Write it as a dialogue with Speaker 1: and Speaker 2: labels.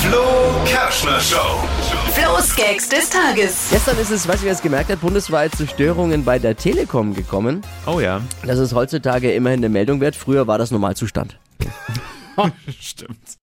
Speaker 1: Flo Kerschner Show.
Speaker 2: Flo's Gags des Tages.
Speaker 3: Gestern ist es, was ich jetzt gemerkt habe, bundesweit zu Störungen bei der Telekom gekommen.
Speaker 4: Oh ja,
Speaker 3: Das ist heutzutage immerhin eine Meldung wert. Früher war das Normalzustand.
Speaker 4: stimmt.